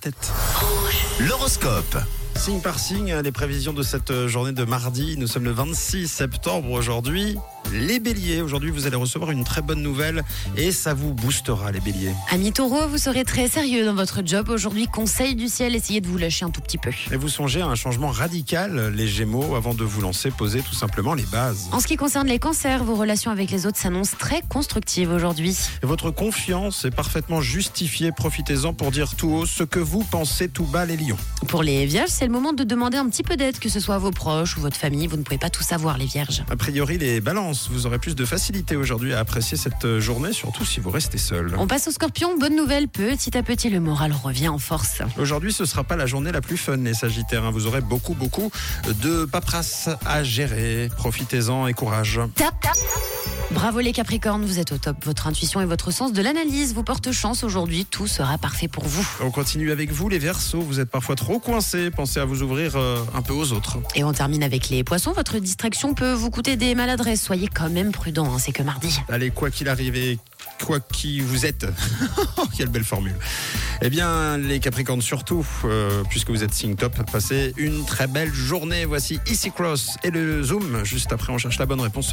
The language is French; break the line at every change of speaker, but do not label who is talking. tête.
L'horoscope.
Signe par signe, hein, les prévisions de cette euh, journée de mardi. Nous sommes le 26 septembre aujourd'hui. Les béliers, aujourd'hui vous allez recevoir une très bonne nouvelle et ça vous boostera les béliers.
Amis taureaux, vous serez très sérieux dans votre job aujourd'hui. Conseil du ciel, essayez de vous lâcher un tout petit peu.
Et vous songez à un changement radical, euh, les gémeaux, avant de vous lancer, posez tout simplement les bases.
En ce qui concerne les cancers, vos relations avec les autres s'annoncent très constructives aujourd'hui.
Et votre confiance est parfaitement justifiée, profitez-en pour dire tout haut ce que vous pensez tout bas les lions.
Pour les vierges, c'est le moment de demander un petit peu d'aide, que ce soit à vos proches ou votre famille. Vous ne pouvez pas tout savoir, les vierges.
A priori les balances, vous aurez plus de facilité aujourd'hui à apprécier cette euh, journée, surtout si vous restez seul.
On passe aux scorpions. Bonne nouvelle, petit à petit, le moral revient en force.
Aujourd'hui, ce ne sera pas la journée la plus fun, les Sagittaires. hein. Vous aurez beaucoup, beaucoup de paperasse à gérer. Profitez-en et courage.
Tap, tap. Bravo les Capricornes, vous êtes au top. Votre intuition et votre sens de l'analyse vous portent chance aujourd'hui. Tout sera parfait pour vous.
On continue avec vous, les Verseaux. Vous êtes parfois trop coincés. Pensez à vous ouvrir euh, un peu aux autres.
Et on termine avec les poissons. Votre distraction peut vous coûter des maladresses. Soyez quand même prudents, hein, c'est que mardi.
Allez, quoi qu'il arrive et quoi qui vous êtes. Quelle belle formule. Eh bien, les Capricornes, surtout, euh, puisque vous êtes signe top, passez une très belle journée. Voici Icy Cross et le Zoom. Juste après, on cherche la bonne réponse ce matin.